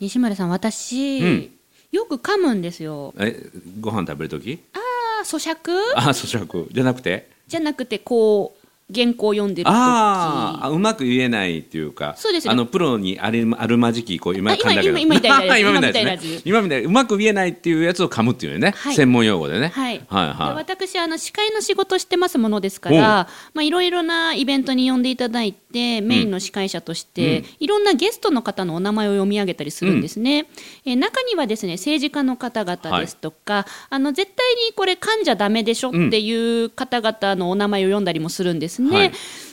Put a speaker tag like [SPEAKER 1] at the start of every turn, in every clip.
[SPEAKER 1] 西村さん私、
[SPEAKER 2] うん
[SPEAKER 1] よく噛むんですよ
[SPEAKER 2] えご飯食べる時
[SPEAKER 1] あー咀嚼
[SPEAKER 2] あ咀嚼じゃなくて
[SPEAKER 1] じゃなくてこう原稿を読んでる時
[SPEAKER 2] あーあうまく言えないっていうか
[SPEAKER 1] そうですね
[SPEAKER 2] あのプロにあれあるまじきこう今
[SPEAKER 1] あ今
[SPEAKER 2] 噛んだけど
[SPEAKER 1] 今今みたいなやつ今みたいなや
[SPEAKER 2] 今みたいです
[SPEAKER 1] つ
[SPEAKER 2] ね今みたいなうまく言えないっていうやつを噛むっていうね、
[SPEAKER 1] はい
[SPEAKER 2] 専門用語でね
[SPEAKER 1] はい、
[SPEAKER 2] はい
[SPEAKER 1] で
[SPEAKER 2] はい
[SPEAKER 1] 私あの司会の仕事してますものですか
[SPEAKER 2] うん
[SPEAKER 1] らまあいろいろなイベントに呼んでいただいてメインの司会者として、いろんなゲストの方のお名前を読み上げたりするんですね、えー中にはですね政治家の方々ですとか、あの絶対にこれ噛んじゃダメでしょっていう方々のお名前を読んだりもするんですね、
[SPEAKER 2] はい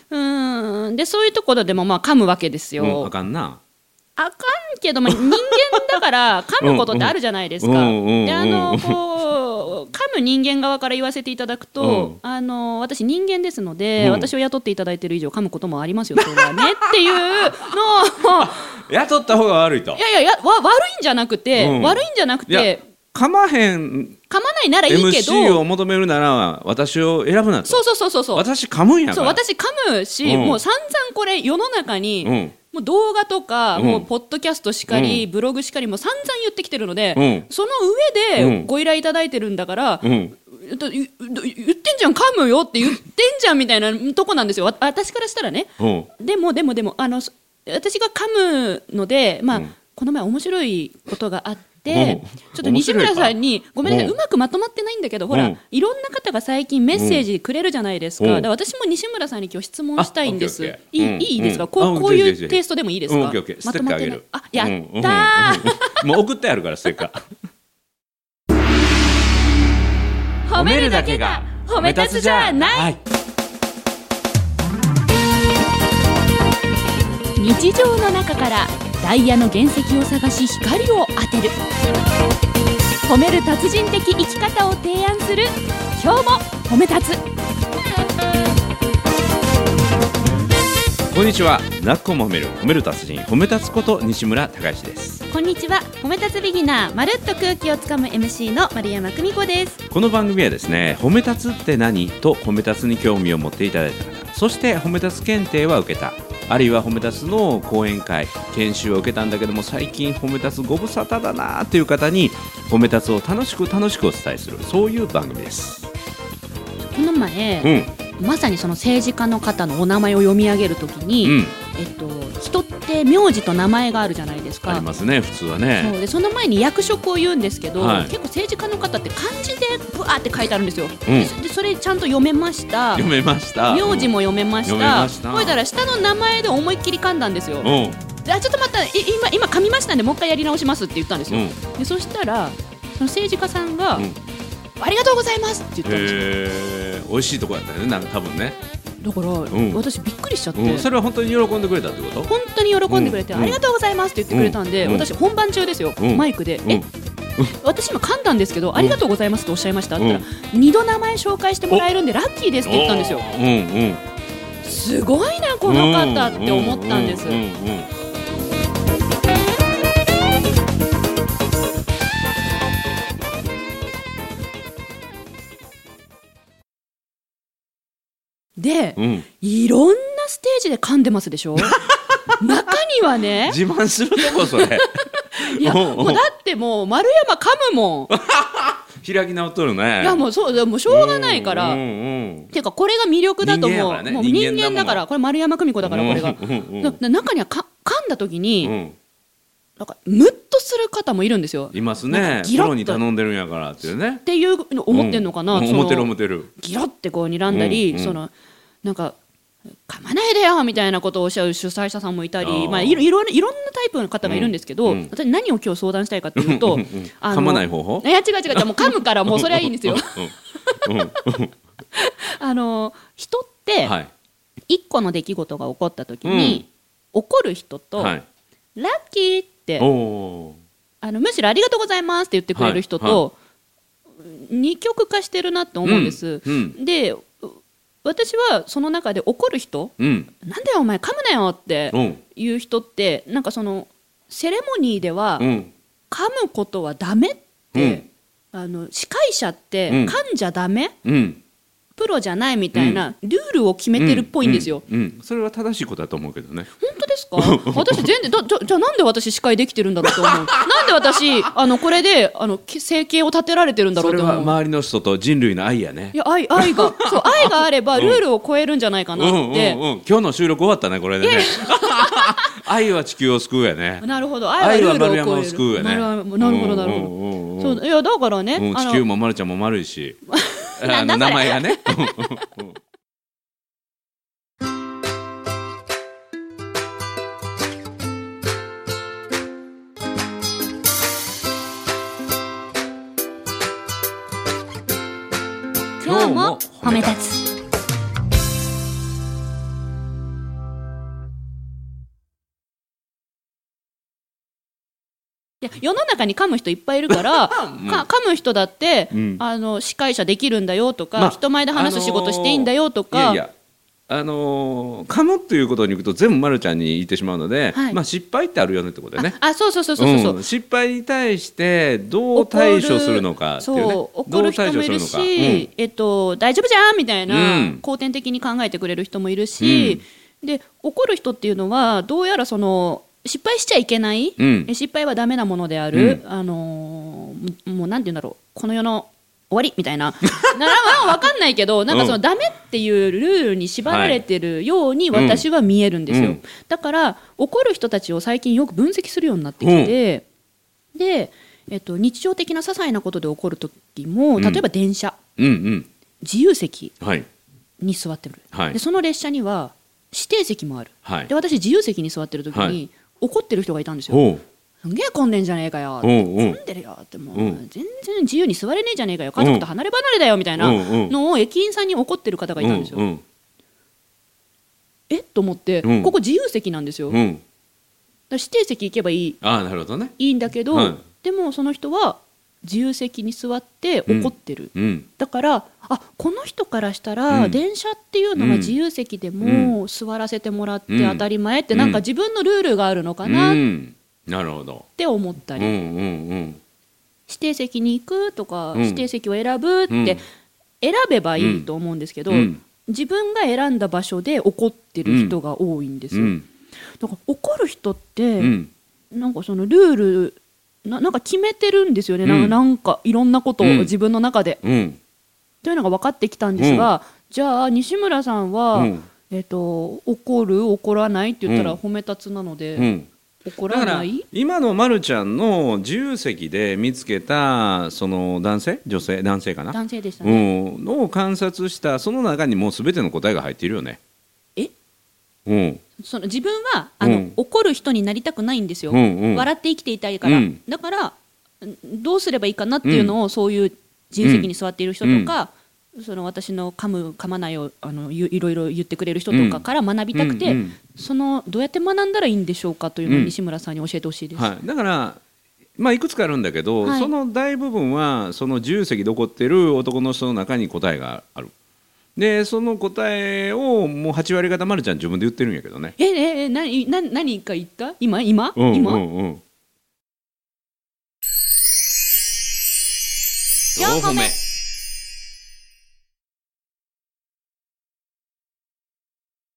[SPEAKER 2] う
[SPEAKER 1] ーんでそういうところでもまあ噛むわけですよ、
[SPEAKER 2] うん、あかんな
[SPEAKER 1] あかんけど、まあ、人間だから噛むことってあるじゃないですか。
[SPEAKER 2] うんうん
[SPEAKER 1] であ
[SPEAKER 2] う
[SPEAKER 1] の
[SPEAKER 2] ん
[SPEAKER 1] こう噛む人間側から言わせていただくと、あの私人間ですので、
[SPEAKER 2] うん
[SPEAKER 1] 私を雇っていただいてる以上噛むこともありますよそれはねっていうのを
[SPEAKER 2] 雇った方が悪いと
[SPEAKER 1] いやいやいやわ悪いんじゃなくて、
[SPEAKER 2] うん
[SPEAKER 1] 悪いんじゃなく
[SPEAKER 2] いや
[SPEAKER 1] て
[SPEAKER 2] 噛まへん
[SPEAKER 1] 噛まないならいいけ
[SPEAKER 2] MC
[SPEAKER 1] ど
[SPEAKER 2] を求めるなら私を選ぶなと
[SPEAKER 1] そうそうそうそうそう
[SPEAKER 2] 私噛むんやか
[SPEAKER 1] そう
[SPEAKER 2] ら
[SPEAKER 1] 私噛むし、
[SPEAKER 2] うん
[SPEAKER 1] もう散々これ世の中に、
[SPEAKER 2] うん
[SPEAKER 1] もう動画とか、
[SPEAKER 2] うん
[SPEAKER 1] もうポッドキャストしかり、ブログしかりもう散々言ってきてるので、
[SPEAKER 2] うん
[SPEAKER 1] その上
[SPEAKER 2] う
[SPEAKER 1] で
[SPEAKER 2] ん
[SPEAKER 1] ご依頼いただいてるんだから、
[SPEAKER 2] うん
[SPEAKER 1] えっと言言言ってんじゃん噛むよって言ってんじゃんみたいなとこなんですよわ私からしたらね
[SPEAKER 2] うん
[SPEAKER 1] でもでもでもあのそ私が噛むので、まあ
[SPEAKER 2] うん
[SPEAKER 1] この前面白いことがあって、
[SPEAKER 2] うん
[SPEAKER 1] ちょっと西村さんにごめんなさい、
[SPEAKER 2] う
[SPEAKER 1] うんまくまとまってないんだけどほら、
[SPEAKER 2] うん
[SPEAKER 1] いろんな方が最近メッセージくれるじゃないですか,、
[SPEAKER 2] うん
[SPEAKER 1] だから私も西村さんに今日質問したいんです
[SPEAKER 2] あオッケー
[SPEAKER 1] い
[SPEAKER 2] オッケーうん
[SPEAKER 1] いいいですか、
[SPEAKER 2] うん
[SPEAKER 1] こ
[SPEAKER 2] あ
[SPEAKER 1] うこう
[SPEAKER 2] ぜ
[SPEAKER 1] い
[SPEAKER 2] ひぜ
[SPEAKER 1] う
[SPEAKER 2] ひ
[SPEAKER 1] テイストでもいいですか、
[SPEAKER 2] うんオッケーオッケース
[SPEAKER 1] ま
[SPEAKER 2] テ
[SPEAKER 1] と
[SPEAKER 2] ッカ
[SPEAKER 1] まっ
[SPEAKER 2] ーあげ
[SPEAKER 1] てない
[SPEAKER 2] る
[SPEAKER 1] あやったー、
[SPEAKER 2] うんうんうんもう送ってあるからステッカー
[SPEAKER 1] 褒めるだけが褒め立つじゃない
[SPEAKER 2] はい
[SPEAKER 1] 日常の中からダイヤの原石を探し光を当てる褒める達人的生き方を提案する今日も褒め立つ
[SPEAKER 2] こんにちは。なっこも褒める褒める達人褒め立つこと西村隆之です。
[SPEAKER 1] こんにちは褒め立つビギナーまるっと空気をつかむ MC の丸山久美子です
[SPEAKER 2] この番組はですね、褒め立つって何と褒め立つに興味を持っていただいた方、そして褒め立つ検定は受けた。あるいは褒め立つの講演会研修を受けたんだけども最近褒め立つご無沙汰だなという方に褒め立つを楽しく楽しくお伝えするそういう番組です
[SPEAKER 1] この前
[SPEAKER 2] う、ん
[SPEAKER 1] まさにその政治家の方のお名前を読み上げるときに、
[SPEAKER 2] うん
[SPEAKER 1] えっと人って名字と名前があるじゃないです
[SPEAKER 2] あり
[SPEAKER 1] か
[SPEAKER 2] ますね普通
[SPEAKER 1] そ
[SPEAKER 2] は
[SPEAKER 1] う
[SPEAKER 2] ね
[SPEAKER 1] でその前に役職を言うんですけど、
[SPEAKER 2] はい
[SPEAKER 1] 結構政治家の方って漢字でぶわーって書いてあるんですよ、
[SPEAKER 2] うん
[SPEAKER 1] でそでそれちゃんと読めました
[SPEAKER 2] 読めました
[SPEAKER 1] 名字も読めました
[SPEAKER 2] 読めました
[SPEAKER 1] ほいだら下の名前で思いっきり噛んだんですよ
[SPEAKER 2] うんうん
[SPEAKER 1] であちょっと待ったい今今噛みましたんでもう一回やり直しますって言ったんですよ、でそしたらその政治家さんが、
[SPEAKER 2] うん
[SPEAKER 1] ありがとうございますって言ったんですよ
[SPEAKER 2] へー美味しいとこやったよねなんか多分ね
[SPEAKER 1] だから、
[SPEAKER 2] ん
[SPEAKER 1] 私びっくりしちゃって、
[SPEAKER 2] うん、それは本当に喜んでくれたってこと
[SPEAKER 1] 本当に喜んでくれて、
[SPEAKER 2] うん
[SPEAKER 1] ありがとうございますって言ってくれたんで、
[SPEAKER 2] うん
[SPEAKER 1] 私本番中ですよ、
[SPEAKER 2] うん
[SPEAKER 1] マイクで、え私今噛んだんですけど、ありがとうございますとおっしゃいましたって言ったら、二度名前紹介してもらえるんでラッキーですって言ったんですよ
[SPEAKER 2] うんうん、
[SPEAKER 1] すごいなこの方って思ったんです、
[SPEAKER 2] うううんうん
[SPEAKER 1] で
[SPEAKER 2] うんうん
[SPEAKER 1] いろんなステージで噛んでますでし ょ中にはね
[SPEAKER 2] 自慢するとこ それ
[SPEAKER 1] いや
[SPEAKER 2] おうお
[SPEAKER 1] も
[SPEAKER 2] う
[SPEAKER 1] うだってもう丸山噛むも
[SPEAKER 2] 開き直っとるね
[SPEAKER 1] んいやもうそうもうしょうがないか
[SPEAKER 2] うんう
[SPEAKER 1] ら
[SPEAKER 2] ん
[SPEAKER 1] ていうかこれが魅力だと思
[SPEAKER 2] 人間や
[SPEAKER 1] う
[SPEAKER 2] からね
[SPEAKER 1] もう
[SPEAKER 2] 人
[SPEAKER 1] 人
[SPEAKER 2] 間だも
[SPEAKER 1] 間
[SPEAKER 2] ん
[SPEAKER 1] だからこれ丸山久美子だからこれが
[SPEAKER 2] うんうんうん
[SPEAKER 1] な中にはか噛んだ時に、
[SPEAKER 2] うん
[SPEAKER 1] なんかムッとする方もいるんですよ
[SPEAKER 2] います
[SPEAKER 1] なん
[SPEAKER 2] ね
[SPEAKER 1] かギ
[SPEAKER 2] プ
[SPEAKER 1] ロッ
[SPEAKER 2] ロ
[SPEAKER 1] と
[SPEAKER 2] に頼んでるんやからっていうね
[SPEAKER 1] っていうの思ってんのかな、
[SPEAKER 2] うん
[SPEAKER 1] その
[SPEAKER 2] 思ってる思ってる
[SPEAKER 1] ギロってこう睨んだり、
[SPEAKER 2] うんうん
[SPEAKER 1] そのなんか噛まないでよみたいなことをおっしゃる主催者さんもいた
[SPEAKER 2] あ
[SPEAKER 1] り
[SPEAKER 2] ー
[SPEAKER 1] まあ、いろいろいろんなタイプの方がいるんですけど、
[SPEAKER 2] うんうん
[SPEAKER 1] 私何を今日相談したいかというと、
[SPEAKER 2] うんうん噛まない方法
[SPEAKER 1] いや違う違う違うもう噛むからもうそれはいいんですよ
[SPEAKER 2] うんうん
[SPEAKER 1] あの人って
[SPEAKER 2] はい
[SPEAKER 1] 一個の出来事が起こった時に、怒る人と、
[SPEAKER 2] はい
[SPEAKER 1] ラッキーって
[SPEAKER 2] おお
[SPEAKER 1] あのむしろありがとうございますって言ってくれる人と、二極化してるなって思うんです。
[SPEAKER 2] うん
[SPEAKER 1] でう私はその中で怒る人
[SPEAKER 2] ーうん
[SPEAKER 1] なんだよお前噛むなよって
[SPEAKER 2] うん
[SPEAKER 1] いう人ってなんかそのセレモニーでは
[SPEAKER 2] うん
[SPEAKER 1] 噛むことはダメって、あの司会者って
[SPEAKER 2] うん
[SPEAKER 1] 噛んじゃダメ、
[SPEAKER 2] うん
[SPEAKER 1] プロじゃないみたいなルールを決めてるっぽいんですよ。
[SPEAKER 2] うんうんそれは正しいことだと思うけどね
[SPEAKER 1] 本当でですか私全然だじゃじゃあなんで私司会できてるんだろうと思うなんで私あのこれであのき生計を立てられてるんだろ
[SPEAKER 2] そうれ
[SPEAKER 1] と
[SPEAKER 2] は
[SPEAKER 1] 思う
[SPEAKER 2] 周りの人と人類の愛やね
[SPEAKER 1] いや愛愛が そう愛があればルールを超えるんじゃないか
[SPEAKER 2] う
[SPEAKER 1] なっ
[SPEAKER 2] ん
[SPEAKER 1] て、
[SPEAKER 2] うんうん今日の収録終わったねこれでね 愛は地球を救うやね
[SPEAKER 1] なるほど
[SPEAKER 2] 愛
[SPEAKER 1] 愛はル
[SPEAKER 2] は
[SPEAKER 1] ー
[SPEAKER 2] 丸
[SPEAKER 1] ルを超え
[SPEAKER 2] 山
[SPEAKER 1] る
[SPEAKER 2] を救うやね
[SPEAKER 1] 丸山なるほどなる
[SPEAKER 2] う
[SPEAKER 1] ほ
[SPEAKER 2] んうんうんうん
[SPEAKER 1] どそういやだからね、
[SPEAKER 2] うん
[SPEAKER 1] あ
[SPEAKER 2] 地
[SPEAKER 1] の
[SPEAKER 2] 球も丸ちゃんも丸いしあ
[SPEAKER 1] な
[SPEAKER 2] の
[SPEAKER 1] んだそ
[SPEAKER 2] 名
[SPEAKER 1] れ
[SPEAKER 2] 前 がね
[SPEAKER 1] 今日も褒め立ついや世の中に噛む人いっぱいいる から、か噛む人だって、
[SPEAKER 2] うん
[SPEAKER 1] あの司会者できるんだよとか、
[SPEAKER 2] まあ
[SPEAKER 1] 人前で話す仕事していいんだよとか、
[SPEAKER 2] いやいやあのー、噛むっていうことにいくと全部丸ちゃんに言ってしまうので、
[SPEAKER 1] はい
[SPEAKER 2] まあ失敗ってあるよねってことでね
[SPEAKER 1] ああそうそうそうそうそう、
[SPEAKER 2] うん失敗に対してどう対処するのかっていうね
[SPEAKER 1] そう怒る人もいるし、えっと、大丈夫じゃんみたいな、
[SPEAKER 2] うん
[SPEAKER 1] 後天的に考えてくれる人もいるし、で怒る人っていうのはどうやらその失敗しちゃいけない、
[SPEAKER 2] うん
[SPEAKER 1] え失敗はダメなものである、
[SPEAKER 2] う
[SPEAKER 1] あのーももうなんて言うんだろうこの世の終わりみたいな ならわかんないけどなんかその、
[SPEAKER 2] うん
[SPEAKER 1] ダメっていうルールに縛られてるように私は見えるんですよ、
[SPEAKER 2] うん
[SPEAKER 1] だから怒る人たちを最近よく分析するようになってきて。で、えっと、日常的な些細なことで起こる時も
[SPEAKER 2] うん
[SPEAKER 1] 例えば電車、
[SPEAKER 2] うんうん
[SPEAKER 1] 自由席
[SPEAKER 2] うんはい
[SPEAKER 1] に座ってる、
[SPEAKER 2] はい
[SPEAKER 1] でその列車には指定席もある、
[SPEAKER 2] はい
[SPEAKER 1] で私自由席に座ってる時に、
[SPEAKER 2] はい
[SPEAKER 1] 怒ってる人がいたんですよ
[SPEAKER 2] おう
[SPEAKER 1] すんげえ混んでんじゃねえかよ
[SPEAKER 2] おうお
[SPEAKER 1] 混
[SPEAKER 2] うん
[SPEAKER 1] でるよってもう、
[SPEAKER 2] うん
[SPEAKER 1] 全然自由に座れねえじゃねえかよ家族と離れ離れだよみたいな
[SPEAKER 2] うんうん
[SPEAKER 1] のを駅員さんに怒ってる方がいたんですよ、
[SPEAKER 2] うん
[SPEAKER 1] えっと思って、
[SPEAKER 2] うん
[SPEAKER 1] ここ自由席なんですよ、
[SPEAKER 2] うんう
[SPEAKER 1] だから
[SPEAKER 2] ん
[SPEAKER 1] 指定席行けばいい
[SPEAKER 2] ああなるほどね
[SPEAKER 1] いいんだけど、
[SPEAKER 2] はい
[SPEAKER 1] でもその人は自由席に座って怒ってる、
[SPEAKER 2] うん
[SPEAKER 1] だからあこの人からしたら、
[SPEAKER 2] うん
[SPEAKER 1] 電車っていうのは自由席でも座らせてもらって当たり前って、
[SPEAKER 2] うん
[SPEAKER 1] なんか自分のルールがあるのかな
[SPEAKER 2] う
[SPEAKER 1] っ
[SPEAKER 2] んなるほど
[SPEAKER 1] て思った
[SPEAKER 2] う
[SPEAKER 1] り、
[SPEAKER 2] んうんうん
[SPEAKER 1] 指定席に行くとか、
[SPEAKER 2] うん
[SPEAKER 1] 指定席を選ぶって、
[SPEAKER 2] うん
[SPEAKER 1] 選べばいいと思うんですけど、
[SPEAKER 2] うん
[SPEAKER 1] 自分が選んだ場所で怒ってる人が多いんです
[SPEAKER 2] う
[SPEAKER 1] よ。
[SPEAKER 2] ん
[SPEAKER 1] だから怒る人って、
[SPEAKER 2] うん
[SPEAKER 1] なんかそのルールななんか決めてるんですよね、な
[SPEAKER 2] うん
[SPEAKER 1] なんかいろんなことを
[SPEAKER 2] うん
[SPEAKER 1] 自分の中で。
[SPEAKER 2] うん
[SPEAKER 1] というのが分かってきたんですが、じゃあ西村さんは、
[SPEAKER 2] うん
[SPEAKER 1] えっと怒る怒らないって言った
[SPEAKER 2] う
[SPEAKER 1] ら
[SPEAKER 2] ん
[SPEAKER 1] 褒め立つなので、
[SPEAKER 2] うん
[SPEAKER 1] 怒
[SPEAKER 2] だからら
[SPEAKER 1] ない
[SPEAKER 2] 今のまるちゃんの自由席で見つけたその男性女性男性かな
[SPEAKER 1] 男性でした
[SPEAKER 2] う
[SPEAKER 1] ね、
[SPEAKER 2] んのを観察したその中にもう全ての答えが入っているよね
[SPEAKER 1] え
[SPEAKER 2] うん
[SPEAKER 1] その自分はあの、
[SPEAKER 2] うん
[SPEAKER 1] 怒る人になりたくないんですよ、
[SPEAKER 2] うんうん
[SPEAKER 1] 笑って生きていたいから、
[SPEAKER 2] うん
[SPEAKER 1] だからんどうすればいいかなっていうのを、そういう自由席に座っている人とか、その私の噛む噛まないをあのゆいろいろ言ってくれる人とかから学びたくて、
[SPEAKER 2] うんうん
[SPEAKER 1] そのどうやって学んだらいいんでしょうかというのを
[SPEAKER 2] うん
[SPEAKER 1] 西村さんに教えてほしいです。
[SPEAKER 2] はい、だから、まあ、いくつかあるんだけど、
[SPEAKER 1] はい
[SPEAKER 2] その大部分はその自由席で起こってる男の人の中に答えがあるでその答えをもう8割方まるちゃん自分で言ってるんやけどね
[SPEAKER 1] えええ何何何か言った今今、
[SPEAKER 2] うん
[SPEAKER 1] 今、
[SPEAKER 2] うんうん
[SPEAKER 1] 四個目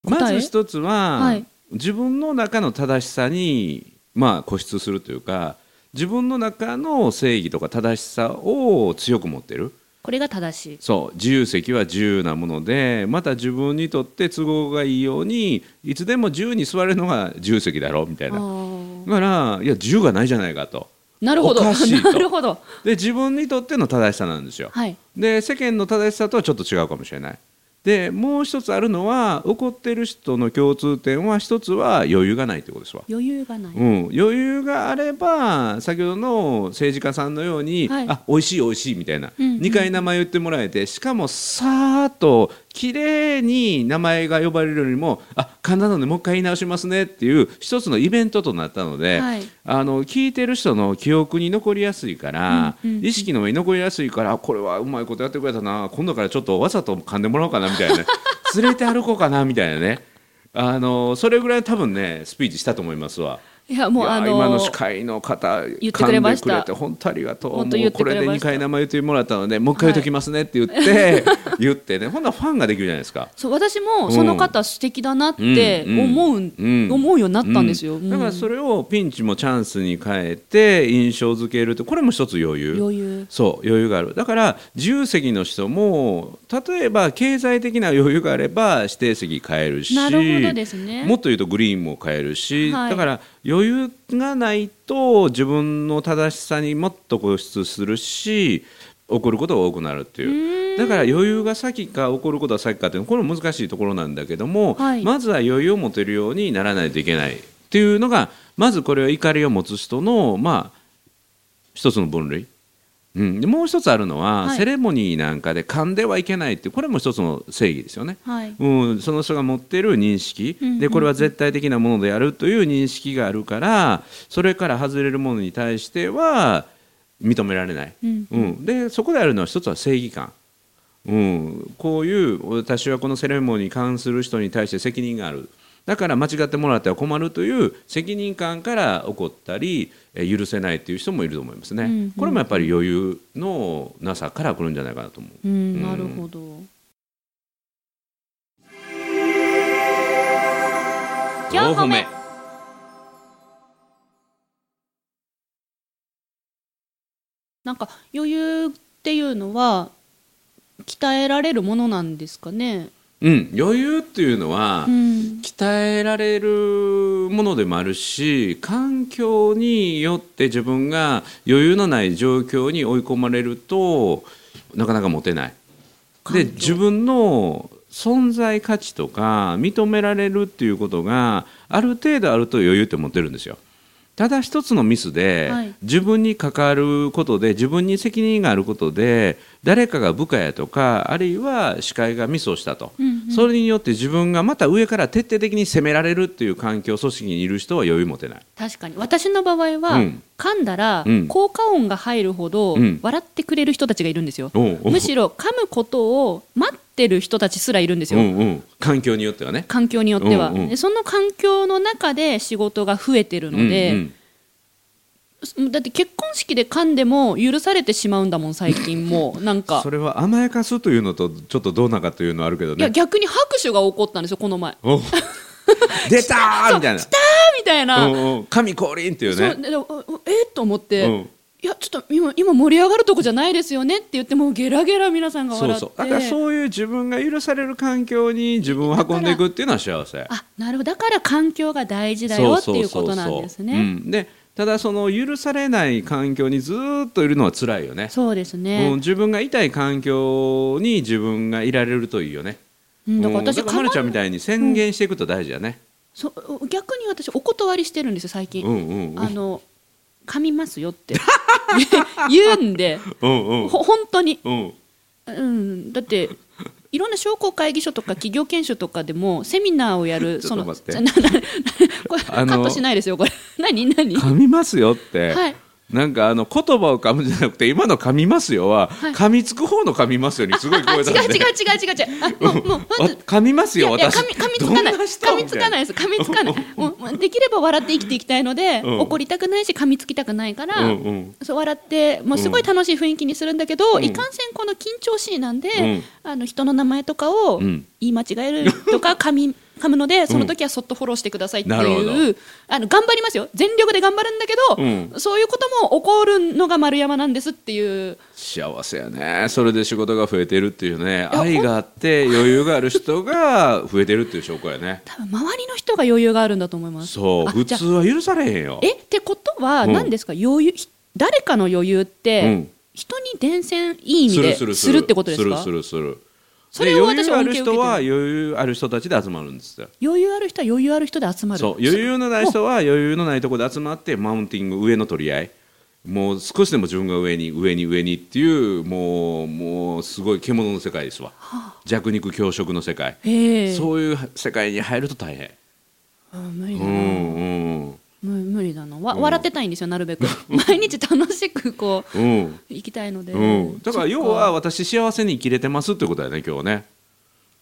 [SPEAKER 2] ま
[SPEAKER 1] 答え
[SPEAKER 2] ず一つは、
[SPEAKER 1] はい
[SPEAKER 2] 自分の中の正しさに、まあ、固執するというか自分の中の正義とか正しさを強く持ってる
[SPEAKER 1] これが正しい
[SPEAKER 2] そう自由席は自由なものでまた自分にとって都合がいいようにいつでも自由に座れるのが自由席だろみたい
[SPEAKER 1] あ
[SPEAKER 2] な
[SPEAKER 1] ー
[SPEAKER 2] だからいや自由がないじゃないかと
[SPEAKER 1] なるほど
[SPEAKER 2] おかしい と
[SPEAKER 1] なるほど
[SPEAKER 2] で自分にとっての正しさなんですよ
[SPEAKER 1] はい
[SPEAKER 2] で世間の正しさとはちょっと違うかもしれないでもう一つあるのは怒ってる人の共通点は一つは余裕がないということですわ
[SPEAKER 1] 余裕がない、
[SPEAKER 2] うん、余裕があれば先ほどの政治家さんのように、
[SPEAKER 1] はい
[SPEAKER 2] あ美味しい美味しいみたいな、
[SPEAKER 1] うんうん
[SPEAKER 2] 2回名前言ってもらえてしかもさーっと綺麗に名前が呼ばれるよりもあ簡単なのでもう一回言い直しますねっていう一つのイベントとなったので、
[SPEAKER 1] はい
[SPEAKER 2] あの聞いてる人の記憶に残りやすいから、
[SPEAKER 1] うんうんうん
[SPEAKER 2] 意識の上に残りやすいからあこれはうまいことやってくれたな今度からちょっとわざと噛んでもらおうかなみたいなね 連れて歩こうかなみたいなねあのそれぐらい多分ねスピーチしたと思いますわ。
[SPEAKER 1] いやもう
[SPEAKER 2] いや
[SPEAKER 1] あの
[SPEAKER 2] 今の司会の方
[SPEAKER 1] ってくれました
[SPEAKER 2] 噛んでくれて本当ありがとう
[SPEAKER 1] 本当言ってくれました
[SPEAKER 2] もうこれで2回名前言ってもらったのでもう一回言っときますねって言って、 言ってねほんならファンができるじゃないですか。
[SPEAKER 1] そう私もその方素敵だなっ
[SPEAKER 2] うん
[SPEAKER 1] て思う、
[SPEAKER 2] ん
[SPEAKER 1] 思うようになったんですよ、
[SPEAKER 2] だからそれをピンチもチャンスに変えて印象付けるってこれも一つ余裕
[SPEAKER 1] 余裕
[SPEAKER 2] そう余裕があるだから自由席の人も例えば経済的な余裕があれば指定席変えるし
[SPEAKER 1] なるほどですね
[SPEAKER 2] もっと言うとグリーンも変えるし、
[SPEAKER 1] はい
[SPEAKER 2] だから余裕がないと自分の正しさにもっと固執するし怒ることが多くなるっていうだから余裕が先か怒ることは先かっていうのこれも難しいところなんだけども、
[SPEAKER 1] はい
[SPEAKER 2] まずは余裕を持てるようにならないといけないっていうのがまずこれは怒りを持つ人のまあ一つの分類。うん、でもう一つあるのは、
[SPEAKER 1] はい
[SPEAKER 2] セレモニーなんかで噛んではいけないってこれも一つの正義ですよね。
[SPEAKER 1] はい
[SPEAKER 2] うん、その人が持っている認識、
[SPEAKER 1] うん
[SPEAKER 2] でこれは絶対的なものであるという認識があるからそれから外れるものに対しては認められない、
[SPEAKER 1] うん
[SPEAKER 2] うん、でそこであるのは一つは正義感、うん、こういう私はこのセレモニーに関する人に対して責任があるだから間違ってもらっては困るという責任感から起こったりえ許せないという人もいると思いますね、
[SPEAKER 1] うんうん
[SPEAKER 2] これもやっぱり余裕のなさから来るんじゃないかなと思う。
[SPEAKER 1] うん、なるほど。4歩目なんか余裕っていうのは鍛えられるものなんですかね。
[SPEAKER 2] うん、余裕っていうのは、
[SPEAKER 1] うん、
[SPEAKER 2] 鍛えられるものでもあるし環境によって自分が余裕のない状況に追い込まれるとなかなか持てない。で
[SPEAKER 1] 環境
[SPEAKER 2] 自分の存在価値とか認められるっていうことがある程度あると余裕って持てるんですよ。ただ一つのミスで、
[SPEAKER 1] はい
[SPEAKER 2] 自分に関わることで自分に責任があることで誰かが部下やとかあるいは司会がミスをしたと、
[SPEAKER 1] うんうん
[SPEAKER 2] それによって自分がまた上から徹底的に責められるっていう環境組織にいる人は余裕持てない。
[SPEAKER 1] 確かに私の場合は、
[SPEAKER 2] うん
[SPEAKER 1] 噛んだら、
[SPEAKER 2] うん
[SPEAKER 1] 効果音が入るほど、
[SPEAKER 2] うん
[SPEAKER 1] 笑ってくれる人たちがいるんですよ。
[SPEAKER 2] おうおう
[SPEAKER 1] むしろ噛むことを待ってる人たちすらいるんです
[SPEAKER 2] う
[SPEAKER 1] よ。
[SPEAKER 2] んうん、環境によってはね。
[SPEAKER 1] 環境によっては、
[SPEAKER 2] うんうん
[SPEAKER 1] でその環境の中で仕事が増えてるので、
[SPEAKER 2] うん
[SPEAKER 1] だって結婚式で噛んでも許されてしまうんだもん最近も うなん
[SPEAKER 2] うん、
[SPEAKER 1] か
[SPEAKER 2] それは甘やかすというのとちょっとどうなのかというのはあるけど
[SPEAKER 1] いや
[SPEAKER 2] ね。
[SPEAKER 1] 逆に拍手が起こったんですよこの前あ
[SPEAKER 2] おう出たーみたいな。
[SPEAKER 1] みたいな、
[SPEAKER 2] うんうん神降臨っていう
[SPEAKER 1] そう
[SPEAKER 2] ね。
[SPEAKER 1] ででううえっと思って、
[SPEAKER 2] うん
[SPEAKER 1] いやちょっと今今盛り上がるとこじゃないですよねって言ってもうゲラゲラ皆さんが
[SPEAKER 2] そ
[SPEAKER 1] 笑
[SPEAKER 2] う
[SPEAKER 1] って
[SPEAKER 2] そうだからそういう自分が許される環境に自分を運んでいくっていうのは幸せ。
[SPEAKER 1] あなるほどだから環境が大事だよって
[SPEAKER 2] そ
[SPEAKER 1] いうこ
[SPEAKER 2] そそ
[SPEAKER 1] と
[SPEAKER 2] そ
[SPEAKER 1] なんです
[SPEAKER 2] う
[SPEAKER 1] ね
[SPEAKER 2] んでただその許されない環境にずーっといるのは辛いよね。
[SPEAKER 1] そうです
[SPEAKER 2] うん、
[SPEAKER 1] ね、
[SPEAKER 2] 自分がいたい環境に自分がいられるといいよね。
[SPEAKER 1] うん、だから
[SPEAKER 2] うん
[SPEAKER 1] 私
[SPEAKER 2] だからまるちゃんみ
[SPEAKER 1] い
[SPEAKER 2] たいに宣言していくと大事だね。
[SPEAKER 1] そう逆に私お断りしてるんですよ最近、
[SPEAKER 2] うんうんう
[SPEAKER 1] あ
[SPEAKER 2] ん。
[SPEAKER 1] の噛みますよって 言うんで
[SPEAKER 2] うんうん
[SPEAKER 1] ほ本当に
[SPEAKER 2] うん。
[SPEAKER 1] うん、だっていろんな商工会議所とか企業研修とかでもセミナーをやる
[SPEAKER 2] ちょっと待って
[SPEAKER 1] そのなななこれカ
[SPEAKER 2] あの
[SPEAKER 1] ットしないですよこれ何何
[SPEAKER 2] 噛みますよって。
[SPEAKER 1] はい
[SPEAKER 2] なんかあの言葉を噛むんじゃなくて今の噛みますよは、
[SPEAKER 1] はい
[SPEAKER 2] 噛みつく方の噛みますよにすごい
[SPEAKER 1] あ違う
[SPEAKER 2] 声
[SPEAKER 1] 違
[SPEAKER 2] 出
[SPEAKER 1] う
[SPEAKER 2] し
[SPEAKER 1] 違
[SPEAKER 2] て。
[SPEAKER 1] う違う違うあもうもう
[SPEAKER 2] あ噛みます
[SPEAKER 1] いや
[SPEAKER 2] よ
[SPEAKER 1] いや
[SPEAKER 2] 私。
[SPEAKER 1] 噛み噛みつかない
[SPEAKER 2] どん人
[SPEAKER 1] 噛みつかないです噛みつかないもうもうできれば笑って生きていきたいので、
[SPEAKER 2] うん
[SPEAKER 1] 怒りたくないし噛みつきたくないから、
[SPEAKER 2] うんうん
[SPEAKER 1] そう笑ってもうすごい楽しい雰囲気にするんだけど、
[SPEAKER 2] ん
[SPEAKER 1] いかんせんこの緊張しいなんで、
[SPEAKER 2] うん
[SPEAKER 1] あの人の名前とかを
[SPEAKER 2] うん
[SPEAKER 1] 言い間違えると か噛み噛むのでその時はそっとフォローしてくださいって
[SPEAKER 2] なるほ
[SPEAKER 1] いう、
[SPEAKER 2] ど
[SPEAKER 1] あの頑張りますよ全力で頑張るんだけど、
[SPEAKER 2] う
[SPEAKER 1] そういうことも起こるのが丸山なんですっていう
[SPEAKER 2] 幸せやねそれで仕事が増えてるっていうね愛があって余裕がある人が増えてるっていう証拠やね
[SPEAKER 1] 多分周りの人が余裕があるんだと思います。
[SPEAKER 2] そう
[SPEAKER 1] あ
[SPEAKER 2] 普
[SPEAKER 1] じゃあ
[SPEAKER 2] 通は許されへんよ
[SPEAKER 1] えってことは
[SPEAKER 2] うん
[SPEAKER 1] 何ですか、余裕ひ誰かの余裕っ
[SPEAKER 2] う
[SPEAKER 1] て
[SPEAKER 2] ん
[SPEAKER 1] 人に伝染いい意味でするってことですか
[SPEAKER 2] するするする
[SPEAKER 1] そ
[SPEAKER 2] で
[SPEAKER 1] れを
[SPEAKER 2] 余
[SPEAKER 1] 私
[SPEAKER 2] 裕
[SPEAKER 1] は
[SPEAKER 2] あ
[SPEAKER 1] 恩恵を
[SPEAKER 2] る
[SPEAKER 1] 受けて
[SPEAKER 2] 人
[SPEAKER 1] る
[SPEAKER 2] は余裕ある人たちで集まるんですよ
[SPEAKER 1] 余裕ある人は余裕ある人で集まる
[SPEAKER 2] そう余裕のない人は余裕のないところで集まってマウンティング上の取り合いもう少しでも自分が上に上に上にっていうもうもうすごい獣の世界ですわ弱肉強食の世界
[SPEAKER 1] へえ
[SPEAKER 2] そういう世界に入ると大変
[SPEAKER 1] あ無理
[SPEAKER 2] う
[SPEAKER 1] だな、
[SPEAKER 2] んうん
[SPEAKER 1] 無無理だなわ、
[SPEAKER 2] うん
[SPEAKER 1] 笑ってたいんですよなる べく毎日楽しくこう
[SPEAKER 2] うん
[SPEAKER 1] 行きたいので、
[SPEAKER 2] うん、だから
[SPEAKER 1] そっ
[SPEAKER 2] 要は私幸せに生きれてますってことだよね今日ね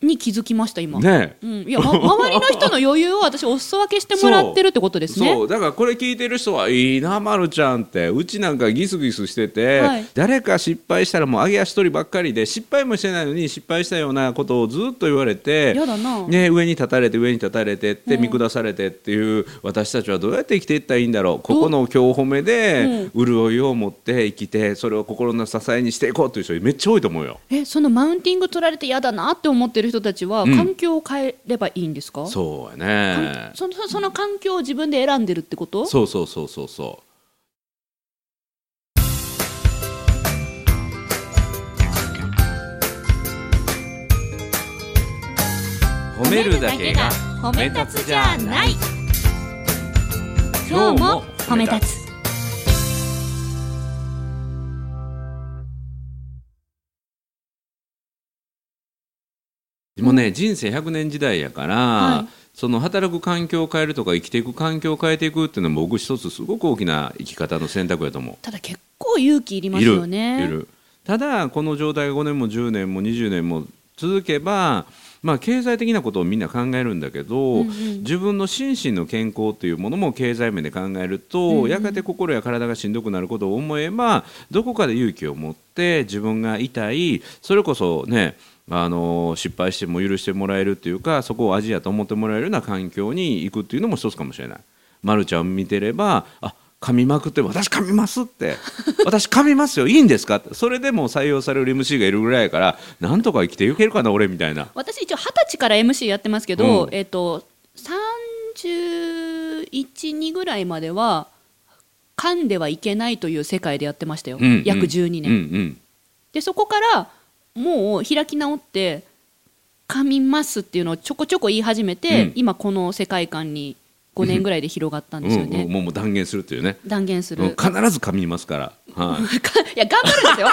[SPEAKER 1] に気づきました今、
[SPEAKER 2] ね
[SPEAKER 1] うん、いや、ま、周 りの人の余裕を私お裾分けしてもらってるってことですね
[SPEAKER 2] そうだからこれ聞いてる人はいいな、ま、るちゃんってうちなんかギスギスしてて、
[SPEAKER 1] はい
[SPEAKER 2] 誰か失敗したらもう揚げ足取りばっかりで失敗もしてないのに失敗したようなことをずっと言われて
[SPEAKER 1] やだな
[SPEAKER 2] ね、上に立たれて上に立たれてって
[SPEAKER 1] うん
[SPEAKER 2] 見下されてっていう私たちはどうやって生きていったらいいんだろうここの今日褒めで潤いを持って生きてそれを心の支えにしていこうという人めっちゃ多いと思うよ。
[SPEAKER 1] えそのマウンティング取られて嫌だなって思ってる人たちは、
[SPEAKER 2] うん
[SPEAKER 1] 環境を変えればいいんですか
[SPEAKER 2] そうや
[SPEAKER 1] 環
[SPEAKER 2] ね
[SPEAKER 1] そのそその環境を自分で選んでるってこと
[SPEAKER 2] そうそうそうそうそう。褒めるだけが
[SPEAKER 1] 褒
[SPEAKER 2] め立つじゃない
[SPEAKER 1] 今日も褒め立つ
[SPEAKER 2] もうね、人生100年時代やから、
[SPEAKER 1] はい
[SPEAKER 2] その働く環境を変えるとか生きていく環境を変えていくっていうのも僕一つすごく大きな生き方の選択やと思う。
[SPEAKER 1] ただ結構勇気いります
[SPEAKER 2] いる
[SPEAKER 1] よね
[SPEAKER 2] いるただこの状態が5年も10年も20年も続けば、まあ、経済的なことをみんな考えるんだけど、
[SPEAKER 1] うんうん
[SPEAKER 2] 自分の心身の健康というものも経済面で考えると、
[SPEAKER 1] うんうん
[SPEAKER 2] やがて心や体がしんどくなることを思えばどこかで勇気を持って自分が痛いそれこそねあの失敗しても許してもらえるっていうかそこをアジアと思ってもらえるような環境に行くっていうのも一つかもしれない。ま、るちゃんを見てればあ噛みまくって私噛みますって 私噛みますよいいんですかってそれでも採用される MC がいるぐらいやからなんとか生きていけるかな俺みたいな
[SPEAKER 1] 私一応二十歳から MC やってますけど、
[SPEAKER 2] うん
[SPEAKER 1] えっ、と312ぐらいまでは噛んではいけないという世界でやってましたよ、
[SPEAKER 2] うんうん
[SPEAKER 1] 約12年、
[SPEAKER 2] うんうん
[SPEAKER 1] でそこからもう開き直って噛みますっていうのをちょこちょこ言い始めて、
[SPEAKER 2] うん
[SPEAKER 1] 今この世界観に5年ぐらいで広がったんですよね、
[SPEAKER 2] うんうん、もうもう断言するっていうね
[SPEAKER 1] 断言する、
[SPEAKER 2] うん必ず噛みますから、はい、
[SPEAKER 1] かいや頑張るんですよ頑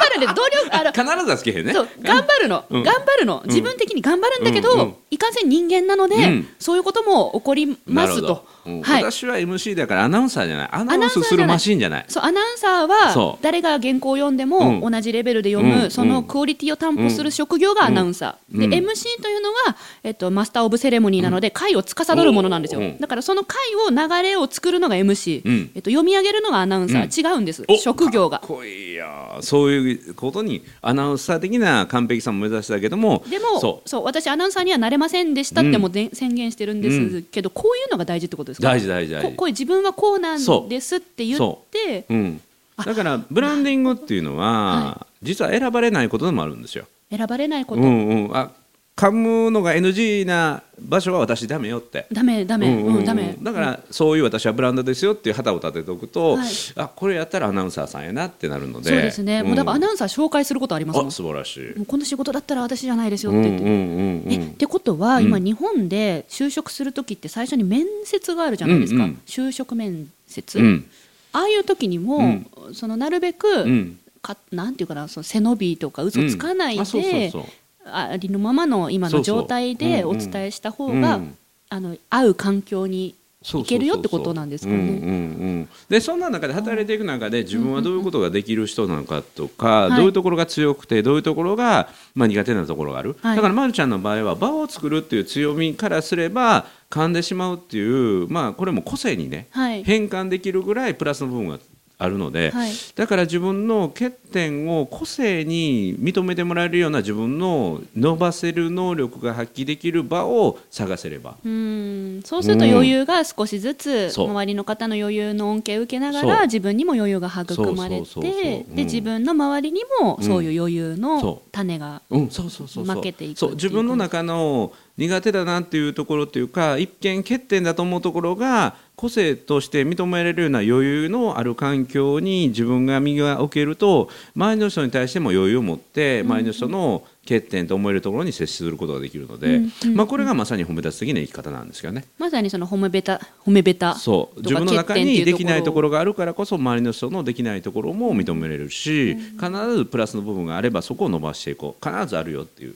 [SPEAKER 1] 張るんで努力あの
[SPEAKER 2] 必ずはつけへんね
[SPEAKER 1] そう頑張るの、
[SPEAKER 2] うん
[SPEAKER 1] 頑張るの自分的に頑張るんだけど、
[SPEAKER 2] うんうん
[SPEAKER 1] いかんせん人間なので、
[SPEAKER 2] うん
[SPEAKER 1] そういうことも起こり
[SPEAKER 2] な
[SPEAKER 1] ま
[SPEAKER 2] るほ
[SPEAKER 1] す
[SPEAKER 2] ど
[SPEAKER 1] と、
[SPEAKER 2] うん
[SPEAKER 1] はい、
[SPEAKER 2] 私は MC だからアナウンサーじゃないアナウン
[SPEAKER 1] アナウンサ
[SPEAKER 2] ス
[SPEAKER 1] ーじゃない
[SPEAKER 2] するマシンじゃない
[SPEAKER 1] そうアナウンサー
[SPEAKER 2] そ
[SPEAKER 1] は
[SPEAKER 2] う
[SPEAKER 1] 誰が原稿を読んで
[SPEAKER 2] う
[SPEAKER 1] も
[SPEAKER 2] ん
[SPEAKER 1] 同じレベルで読む、
[SPEAKER 2] うん
[SPEAKER 1] そのクオリティを担保する職業がアナウンサー、
[SPEAKER 2] うん
[SPEAKER 1] で
[SPEAKER 2] うん
[SPEAKER 1] MC というのは、えっと、マスター・オブ・セレモニーなので会を司るものなんですよ、
[SPEAKER 2] うん
[SPEAKER 1] だからその会を流れを作るのが MC、
[SPEAKER 2] うん
[SPEAKER 1] えっと、読み上げるのがアナウンサー、違うんです
[SPEAKER 2] お
[SPEAKER 1] 職業が
[SPEAKER 2] かっこいいよそういうことにアナウンサー的な完璧さも目指したけども
[SPEAKER 1] でもそ
[SPEAKER 2] そう
[SPEAKER 1] う私アナウンサーにはなれませんでしたって
[SPEAKER 2] うん
[SPEAKER 1] もうぜん、宣言してるんですけど、こういうのが大事ってことですか
[SPEAKER 2] 大事大事大
[SPEAKER 1] こ
[SPEAKER 2] 事
[SPEAKER 1] こういう自分はこうなん
[SPEAKER 2] そう
[SPEAKER 1] ですって言って
[SPEAKER 2] うん、だからブランディングっていうのは実は選ばれないことでもあるんですよ。
[SPEAKER 1] 選ばれないこ
[SPEAKER 2] う
[SPEAKER 1] と、
[SPEAKER 2] んうん、あ噛むのが NG な場所は私ダメよって。
[SPEAKER 1] ダメダメ
[SPEAKER 2] うんうんうん
[SPEAKER 1] うんダメ
[SPEAKER 2] だからそういう私はブランドですよっていう旗を立てておくと、
[SPEAKER 1] はい
[SPEAKER 2] あこれやったらアナウンサーさんやなってなるので
[SPEAKER 1] そうですね、
[SPEAKER 2] ん
[SPEAKER 1] もうだからアナウンサー紹介することありますもん
[SPEAKER 2] あ素晴らしい
[SPEAKER 1] もうこの仕事だったら私じゃないですよ
[SPEAKER 2] う
[SPEAKER 1] っ
[SPEAKER 2] んう
[SPEAKER 1] て言
[SPEAKER 2] ん
[SPEAKER 1] って。
[SPEAKER 2] うんう
[SPEAKER 1] えっ
[SPEAKER 2] ん
[SPEAKER 1] てことは、
[SPEAKER 2] うん
[SPEAKER 1] 今、日本で就職するときって最初に面接があるじゃないですか、
[SPEAKER 2] うんうん
[SPEAKER 1] 就職面接、
[SPEAKER 2] うん
[SPEAKER 1] ああいう時にも、
[SPEAKER 2] うん
[SPEAKER 1] そのなるべく、
[SPEAKER 2] うん
[SPEAKER 1] かなんていうかなその背伸びとか嘘つかない
[SPEAKER 2] うんあそうそう
[SPEAKER 1] で
[SPEAKER 2] そう
[SPEAKER 1] ありのままの今
[SPEAKER 2] そう
[SPEAKER 1] の
[SPEAKER 2] そう
[SPEAKER 1] 状態で
[SPEAKER 2] うん
[SPEAKER 1] お
[SPEAKER 2] うん
[SPEAKER 1] 伝えした方が、
[SPEAKER 2] うん
[SPEAKER 1] あの合う環境に
[SPEAKER 2] そうそうそうそう
[SPEAKER 1] いけるよってことなんですかね
[SPEAKER 2] うんうんうんでそんな中で働いていく中で自分はどういうことができる人なのかと
[SPEAKER 1] は
[SPEAKER 2] か、
[SPEAKER 1] い
[SPEAKER 2] どういうところが強くてどういうところが、まあ、苦手なところがある、
[SPEAKER 1] はい
[SPEAKER 2] だからまるちゃんの場合は場を作るっていう強みからすれば噛んでしまうっていう、まあ、これも個性にね、
[SPEAKER 1] はい
[SPEAKER 2] 変換できるぐらいプラスの部分があるので、
[SPEAKER 1] はい
[SPEAKER 2] だから自分の欠点を個性に認めてもらえるような自分の伸ばせる能力が発揮できる場を探せれば
[SPEAKER 1] うんそうすると余裕が少しずつ、
[SPEAKER 2] そう
[SPEAKER 1] 周りの方の余裕の恩恵を受けなが
[SPEAKER 2] そう
[SPEAKER 1] ら自分にも余裕が育まれて
[SPEAKER 2] そうそうそうそううん
[SPEAKER 1] で自分の周りにもそういう余裕
[SPEAKER 2] うん
[SPEAKER 1] の
[SPEAKER 2] そ
[SPEAKER 1] 種が、
[SPEAKER 2] うん、そうそうそうそう
[SPEAKER 1] 負けていく
[SPEAKER 2] そう
[SPEAKER 1] っていう
[SPEAKER 2] 自分の中の苦手だなっていうところというか一見欠点だと思うところが個性として認められるような余裕のある環境に自分が身が置けると周りの人に対しても余裕を持って周りの人の欠点と思えるところに接することができるので、
[SPEAKER 1] うんうん
[SPEAKER 2] まあ、これがまさに褒め立つ的な生き方なんですけどね。
[SPEAKER 1] まさにその褒めべた褒めべた
[SPEAKER 2] そう
[SPEAKER 1] と
[SPEAKER 2] 自
[SPEAKER 1] か
[SPEAKER 2] 分の中
[SPEAKER 1] 欠点っていうとこ
[SPEAKER 2] に
[SPEAKER 1] ろ
[SPEAKER 2] できないところがあるからこそ周りの人のできないところも認めれるし、必ずプラスの部分があればそこを伸ばしていこう必ずあるよっていう、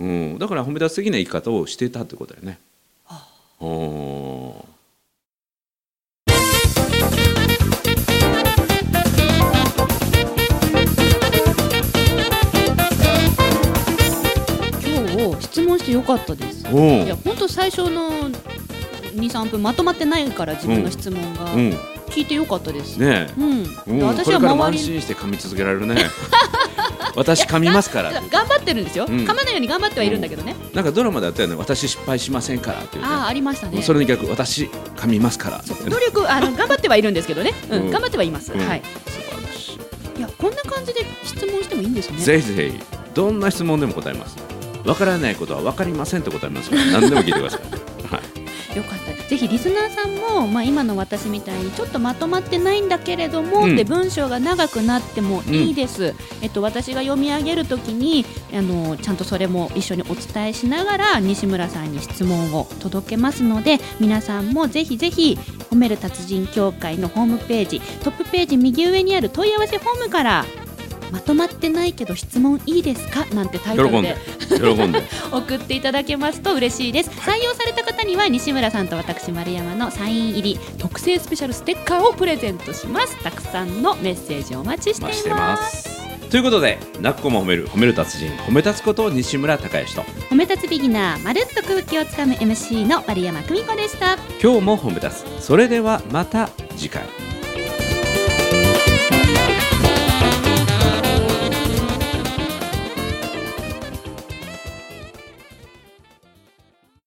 [SPEAKER 2] うん、だから褒め出す的な生き方をしてたってことだよね。お
[SPEAKER 1] 今日達良かったです。
[SPEAKER 2] お
[SPEAKER 1] いや
[SPEAKER 2] う
[SPEAKER 1] 本当最初の23分まとまってないから自分の質問が、
[SPEAKER 2] うん
[SPEAKER 1] 聞いて良かったです。
[SPEAKER 2] ね
[SPEAKER 1] うん、
[SPEAKER 2] え、うん、
[SPEAKER 1] 私
[SPEAKER 2] これ
[SPEAKER 1] は
[SPEAKER 2] からも
[SPEAKER 1] 周
[SPEAKER 2] 安
[SPEAKER 1] りに
[SPEAKER 2] 心して噛み続けられるね 私噛みますから
[SPEAKER 1] 頑張ってるんですよ、
[SPEAKER 2] うん
[SPEAKER 1] 噛まないように頑張ってはいるんだけどね、
[SPEAKER 2] なんかドラマであったよね私失敗しませんからっていうね
[SPEAKER 1] ああありました
[SPEAKER 2] もう
[SPEAKER 1] ね
[SPEAKER 2] それの逆私噛みますからって
[SPEAKER 1] そう
[SPEAKER 2] ね
[SPEAKER 1] 努力あの頑張ってはいるんですけどね、うん
[SPEAKER 2] うん
[SPEAKER 1] 頑張ってはいます、
[SPEAKER 2] うん
[SPEAKER 1] はい
[SPEAKER 2] 素晴らしい
[SPEAKER 1] いやこんな感じで質問してもいいんですね
[SPEAKER 2] ぜひぜひどんな質問でも答えますわからないことはわかりませんと答えますから何でも聞いてくださいはい
[SPEAKER 1] よかったぜひリスナーさんも、まあ、今の私みたいにちょっとまとまってないんだけれども、
[SPEAKER 2] うん
[SPEAKER 1] って文章が長くなってもいいです、えっと、私が読み上げるときにあのちゃんとそれも一緒にお伝えしながら西村さんに質問を届けますので皆さんもぜひぜひ褒める達人協会のホームページトップページ右上にある問い合わせフォームからまとまってないけど質問いいですかなんてタイトル
[SPEAKER 2] 喜ん
[SPEAKER 1] で
[SPEAKER 2] で喜んで
[SPEAKER 1] 送っていただけますと嬉しいです採用された方には西村さんと私丸山のサイン入り特製スペシャルステッカーをプレゼントしますたくさんのメッセージお待ちしてい
[SPEAKER 2] ま
[SPEAKER 1] ま
[SPEAKER 2] あ
[SPEAKER 1] す
[SPEAKER 2] してますということでなっこも褒める褒める達人褒め立つこと西村孝之と
[SPEAKER 1] 褒め立つビギナーまるっと空気をつかむ MC の丸山久美子でした
[SPEAKER 2] 今日も褒め立つそれではまた次回